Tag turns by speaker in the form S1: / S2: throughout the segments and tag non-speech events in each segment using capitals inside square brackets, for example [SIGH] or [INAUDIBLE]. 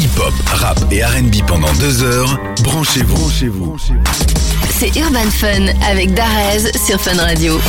S1: Hip-hop, rap et RB pendant deux heures. Branchez-vous. Branchez-vous.
S2: C'est Urban Fun avec Darez sur Fun Radio.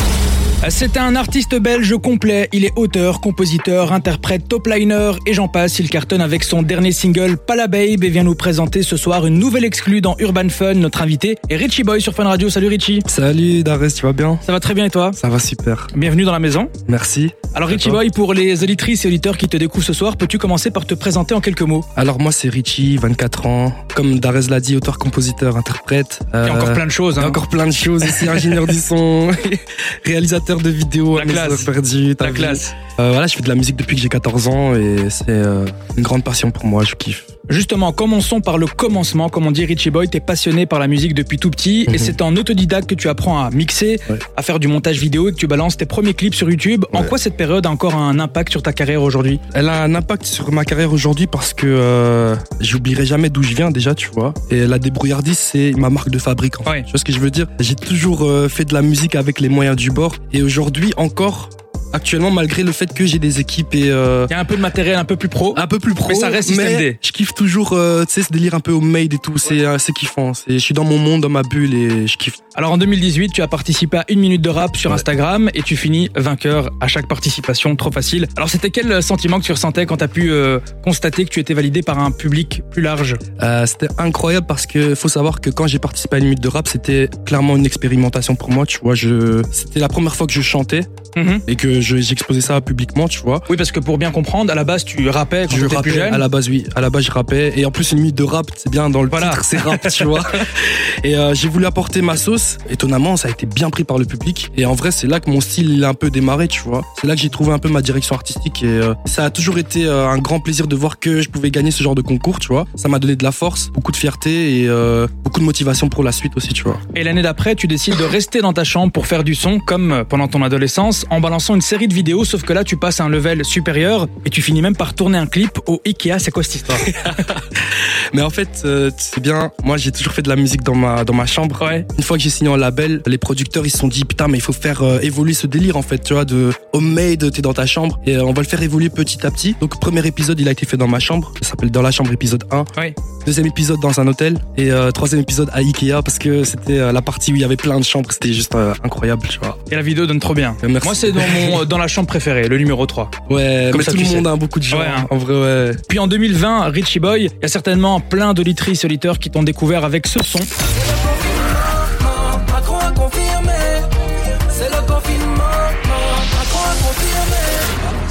S3: C'est un artiste belge complet. Il est auteur, compositeur, interprète, topliner et j'en passe. Il cartonne avec son dernier single Pala Babe et vient nous présenter ce soir une nouvelle exclue dans Urban Fun. Notre invité est Richie Boy sur Fun Radio. Salut Richie.
S4: Salut Darès, tu vas bien
S3: Ça va très bien et toi
S4: Ça va super.
S3: Bienvenue dans la maison.
S4: Merci.
S3: Alors Richie
S4: D'accord.
S3: Boy, pour les auditrices et auditeurs qui te découvrent ce soir, peux-tu commencer par te présenter en quelques mots
S4: Alors moi c'est Richie, 24 ans. Comme Darès l'a dit, auteur, compositeur, interprète.
S3: Il y a encore
S4: Euh,
S3: plein de choses.
S4: il y a
S3: hein.
S4: encore plein de choses ici, ingénieur du son, [LAUGHS] réalisateur de vidéos,
S3: La
S4: à mes
S3: classe.
S4: heures perdues, t'as
S3: La
S4: vu.
S3: classe.
S4: Euh, voilà, je fais de la musique depuis que j'ai 14 ans et c'est euh, une grande passion pour moi, je kiffe.
S3: Justement, commençons par le commencement. Comme on dit, Richie Boy, t'es passionné par la musique depuis tout petit et
S4: Mhm.
S3: c'est en autodidacte que tu apprends à mixer,
S4: Ouais.
S3: à faire du montage vidéo et que tu balances tes premiers clips sur YouTube. En
S4: Ouais.
S3: quoi cette période a encore un impact sur ta carrière aujourd'hui
S4: Elle a un impact sur ma carrière aujourd'hui parce que euh, j'oublierai jamais d'où je viens déjà, tu vois. Et la débrouillardise, c'est ma marque de fabrique. En fait.
S3: Ouais.
S4: Tu vois ce que je veux dire J'ai toujours euh, fait de la musique avec les moyens du bord. Et aujourd'hui encore, actuellement, malgré le fait que j'ai des équipes et euh,
S3: Il y a un peu de matériel un peu plus pro.
S4: un peu plus pro,
S3: Mais ça reste système
S4: mais
S3: D.
S4: je kiffe toujours, euh, tu sais, ce délire un peu homemade et tout. C'est euh, c'est kiffant. C'est- Je suis dans mon monde, dans ma bulle et je kiffe.
S3: Alors en 2018, tu as participé à une minute de rap sur
S4: Ouais.
S3: Instagram et tu finis vainqueur à chaque participation. Trop facile. Alors c'était quel euh, sentiment que tu ressentais quand t'as pu euh, constater que tu étais validé par un public plus large
S4: Euh, c'était incroyable parce que faut savoir que quand j'ai participé à une minute de rap, c'était clairement une expérimentation pour moi. Tu vois, je c'était la première fois que je chantais.
S3: Mhm.
S4: et que je- j'exposais ça publiquement, tu vois.
S3: Oui, parce que pour bien comprendre, à la base, tu rappais quand
S4: Je
S3: t'étais plus
S4: rappais
S3: jeune.
S4: à la base, oui. À la base, je rappais. Et en plus, une minute de rap, c'est bien dans le
S3: Voilà.
S4: titre, c'est rap,
S3: [LAUGHS]
S4: tu vois. Et euh, j'ai voulu apporter ma sauce. Étonnamment, ça a été bien pris par le public. Et en vrai, c'est là que mon style il a un peu démarré, tu vois. C'est là que j'ai trouvé un peu ma direction artistique. Et euh, ça a toujours été euh, un grand plaisir de voir que je pouvais gagner ce genre de concours, tu vois. Ça m'a donné de la force, beaucoup de fierté et euh, beaucoup de motivation pour la suite aussi, tu vois.
S3: Et l'année d'après, tu décides de rester dans ta chambre pour faire du son, comme euh, pendant ton adolescence, en balançant une série de vidéos, sauf que là, tu passes à un level supérieur et tu finis même par tourner un clip au Ikea. C'est quoi cette histoire
S4: Mais en fait, euh, tu sais bien, moi, j'ai toujours fait de la musique dans ma, dans ma chambre.
S3: Ouais.
S4: Une fois que j'ai signé en label, les producteurs ils se sont dit putain mais il faut faire euh, évoluer ce délire en fait, tu vois, de homemade, t'es dans ta chambre et euh, on va le faire évoluer petit à petit. Donc premier épisode il a été fait dans ma chambre, ça s'appelle dans la chambre épisode 1.
S3: Ouais.
S4: Deuxième épisode dans un hôtel et euh, troisième épisode à Ikea parce que c'était euh, la partie où il y avait plein de chambres, c'était juste euh, incroyable, tu vois.
S3: Et la vidéo donne trop bien.
S4: Euh, merci.
S3: Moi, c'est dans, mon, dans la chambre préférée, le numéro 3.
S4: Ouais,
S3: Comme
S4: mais
S3: ça,
S4: tout
S3: tu
S4: le
S3: sais.
S4: monde a beaucoup de gens
S3: Ouais, hein.
S4: en vrai ouais.
S3: Puis en 2020, Richie Boy, il y a certainement plein d'auditrices et auditeurs qui t'ont découvert avec ce son.
S5: Macron a confirmé, c'est le confinement. Macron a confirmé.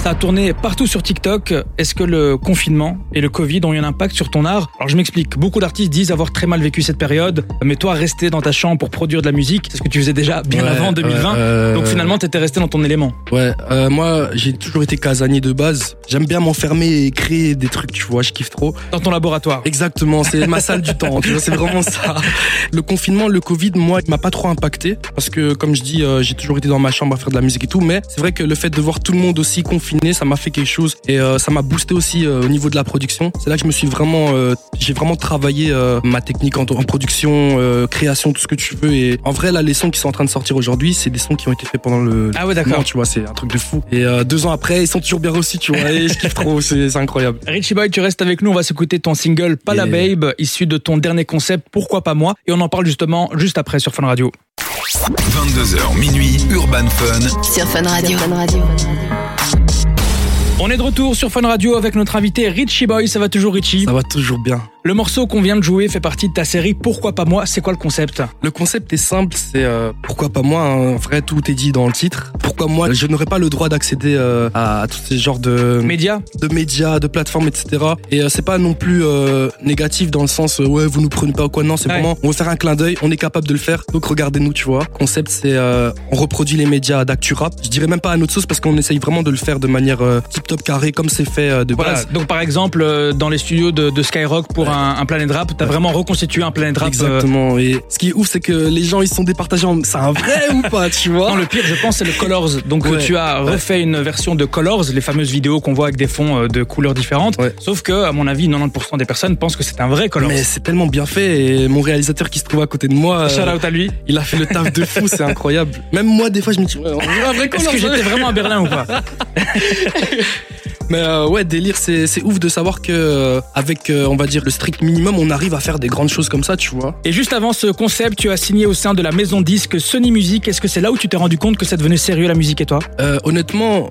S3: Ça a tourné partout sur TikTok. Est-ce que le confinement et le Covid ont eu un impact sur ton art Alors je m'explique, beaucoup d'artistes disent avoir très mal vécu cette période, mais toi rester dans ta chambre pour produire de la musique, c'est ce que tu faisais déjà bien
S4: Ouais,
S3: avant 2020.
S4: ouais, euh,
S3: Donc finalement, t'étais resté dans ton élément.
S4: Ouais, euh, moi j'ai toujours été casanier de base. J'aime bien m'enfermer et créer des trucs, tu vois, je kiffe trop.
S3: Dans ton laboratoire.
S4: Exactement, c'est ma salle du temps, tu vois, c'est vraiment ça. Le confinement, le Covid, moi, il m'a pas trop impacté parce que, comme je dis, euh, j'ai toujours été dans ma chambre à faire de la musique et tout, mais c'est vrai que le fait de voir tout le monde aussi confiné, ça m'a fait quelque chose et euh, ça m'a boosté aussi euh, au niveau de la production. C'est là que je me suis vraiment, euh, j'ai vraiment travaillé euh, ma technique en, en production, euh, création, tout ce que tu veux. Et en vrai, là, les sons qui sont en train de sortir aujourd'hui, c'est des sons qui ont été faits pendant le.
S3: Ah ouais,
S4: Non,
S3: d'accord.
S4: tu vois, c'est un truc de fou. Et euh, deux ans après, ils sont toujours bien reçus, tu vois. Et je kiffe trop, c'est c'est incroyable.
S3: Richie Boy, tu restes avec nous. On va s'écouter ton single Pala
S4: Yeah.
S3: Babe, issu de ton dernier concept Pourquoi pas moi Et on en parle justement juste après sur Fun Radio.
S1: 22h minuit, Urban Fun.
S2: Sur Fun Radio.
S3: On est de retour sur Fun Radio avec notre invité Richie Boy. Ça va toujours, Richie
S4: Ça va toujours bien.
S3: Le morceau qu'on vient de jouer fait partie de ta série Pourquoi pas moi C'est quoi le concept
S4: Le concept est simple, c'est euh, pourquoi pas moi. hein. En vrai, tout est dit dans le titre. Pourquoi moi Je n'aurais pas le droit d'accéder euh, à, à tous ces genres de,
S3: Média
S4: de médias, de plateformes, etc. Et euh, c'est pas non plus euh, négatif dans le sens euh, ouais vous nous prenez pas ou quoi. Non, c'est
S3: Ouais.
S4: vraiment on veut faire un clin d'œil, on est capable de le faire. Donc regardez-nous, tu vois. Concept, c'est euh, on reproduit les médias d'actu rap. Je dirais même pas à notre sauce parce qu'on essaye vraiment de le faire de manière tip top carré comme c'est fait euh, de
S3: Voilà,
S4: base.
S3: donc par exemple, euh, dans les studios de, de Skyrock pour un, un Planet Rap, t'as vraiment reconstitué un Planet Rap. euh,
S4: Exactement. Et ce qui est ouf, c'est que les gens ils sont départagés. en C'est un vrai [LAUGHS] ou pas, tu vois
S3: non, le pire, je pense, c'est le Colors. Donc,
S4: Ouais,
S3: tu as refait une version de Colors, les fameuses vidéos qu'on voit avec des fonds euh, de couleurs différentes.
S4: Ouais.
S3: Sauf que, à mon avis, 90% des personnes pensent que c'est un vrai Colors.
S4: Mais c'est tellement bien fait et mon réalisateur qui se trouve à côté de moi, euh,
S3: Shout out à lui.
S4: il a fait le taf de fou,
S3: [LAUGHS]
S4: c'est incroyable. Même moi des fois je me dis ouais, on dirait un vrai
S3: Est-ce
S4: Colors,
S3: que
S4: [LAUGHS] ouais.
S3: j'étais vraiment à Berlin ou pas
S4: Mais euh, ouais, délire, c'est c'est ouf de savoir que euh, avec euh, on va dire le strict minimum, on arrive à faire des grandes choses comme ça, tu vois.
S3: Et juste avant ce concept, tu as signé au sein de la maison disque Sony Music. Est-ce que c'est là où tu t'es rendu compte que ça devenait sérieux la musique et toi
S4: Euh, honnêtement,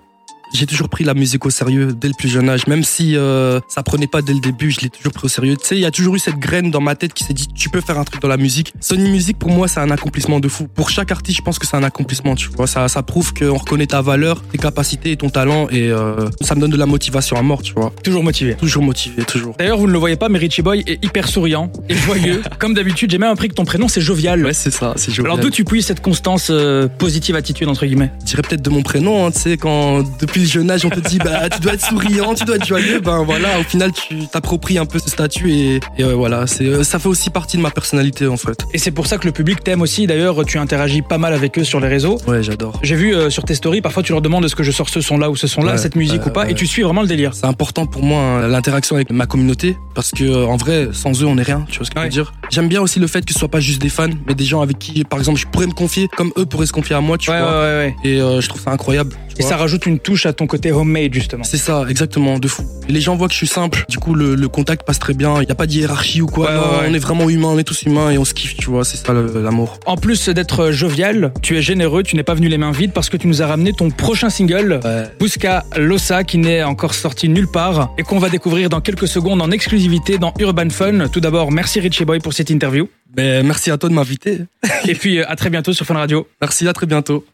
S4: j'ai toujours pris la musique au sérieux dès le plus jeune âge, même si euh, ça prenait pas dès le début, je l'ai toujours pris au sérieux. Tu sais, il y a toujours eu cette graine dans ma tête qui s'est dit tu peux faire un truc dans la musique. Sony Music pour moi c'est un accomplissement de fou. Pour chaque artiste, je pense que c'est un accomplissement. Tu vois, ça ça prouve qu'on reconnaît ta valeur, tes capacités et ton talent et euh, ça me donne de la motivation à mort, tu vois.
S3: Toujours motivé.
S4: Toujours motivé, toujours.
S3: D'ailleurs, vous ne le voyez pas, mais Richie Boy est hyper souriant et
S4: [LAUGHS]
S3: joyeux. Comme d'habitude, j'ai même appris que ton prénom c'est Jovial.
S4: Ouais, c'est ça, c'est
S3: Alors d'où tu puisses cette constance euh, positive attitude entre guillemets
S4: Je dirais peut-être de mon prénom, hein, tu sais, quand depuis le jeune âge on te dit bah tu dois être souriant, tu dois être joyeux, ben voilà, au final tu t'appropries un peu ce statut et, et ouais, voilà, c'est euh, ça fait aussi partie de ma personnalité en fait.
S3: Et c'est pour ça que le public t'aime aussi. D'ailleurs, tu interagis pas mal avec eux sur les réseaux.
S4: Ouais, j'adore.
S3: J'ai vu euh, sur tes stories, parfois tu leur demandes est-ce que je sors ce son là ou ce son là,
S4: Ouais,
S3: cette musique
S4: ouais,
S3: ou pas,
S4: ouais.
S3: et tu suis vraiment le délire.
S4: C'est important pour moi hein, l'interaction avec ma communauté parce que euh, en vrai sans eux on est rien, tu vois ce que je
S3: Ouais.
S4: veux dire. J'aime bien aussi le fait que ce soit pas juste des fans, mais des gens avec qui par exemple je pourrais me confier comme eux pourraient se confier à moi, tu
S3: Ouais, ouais,
S4: vois.
S3: ouais, ouais.
S4: Et euh, je trouve ça incroyable. tu
S3: Et
S4: vois.
S3: ça rajoute une touche à ton côté homemade justement.
S4: C'est ça, exactement, de fou. Les gens voient que je suis simple, du coup le, le contact passe très bien, il n'y a pas de hiérarchie ou quoi.
S3: Ouais,
S4: Non,
S3: ouais, ouais.
S4: On est vraiment humains, on est tous humains et on se kiffe, tu vois, c'est ça le- l'amour.
S3: En plus d'être euh, jovial, tu es généreux, tu n'es pas venu les mains vides parce que tu nous as ramené ton prochain single,
S4: Ouais.
S3: Busca Losa, qui n'est encore sorti nulle part et qu'on va découvrir dans quelques secondes en exclusivité dans Urban Fun. Tout d'abord, merci Richie Boy pour cette interview.
S4: Mais merci à toi de m'inviter.
S3: Et puis euh, à très bientôt sur Fun Radio.
S4: Merci, à très bientôt.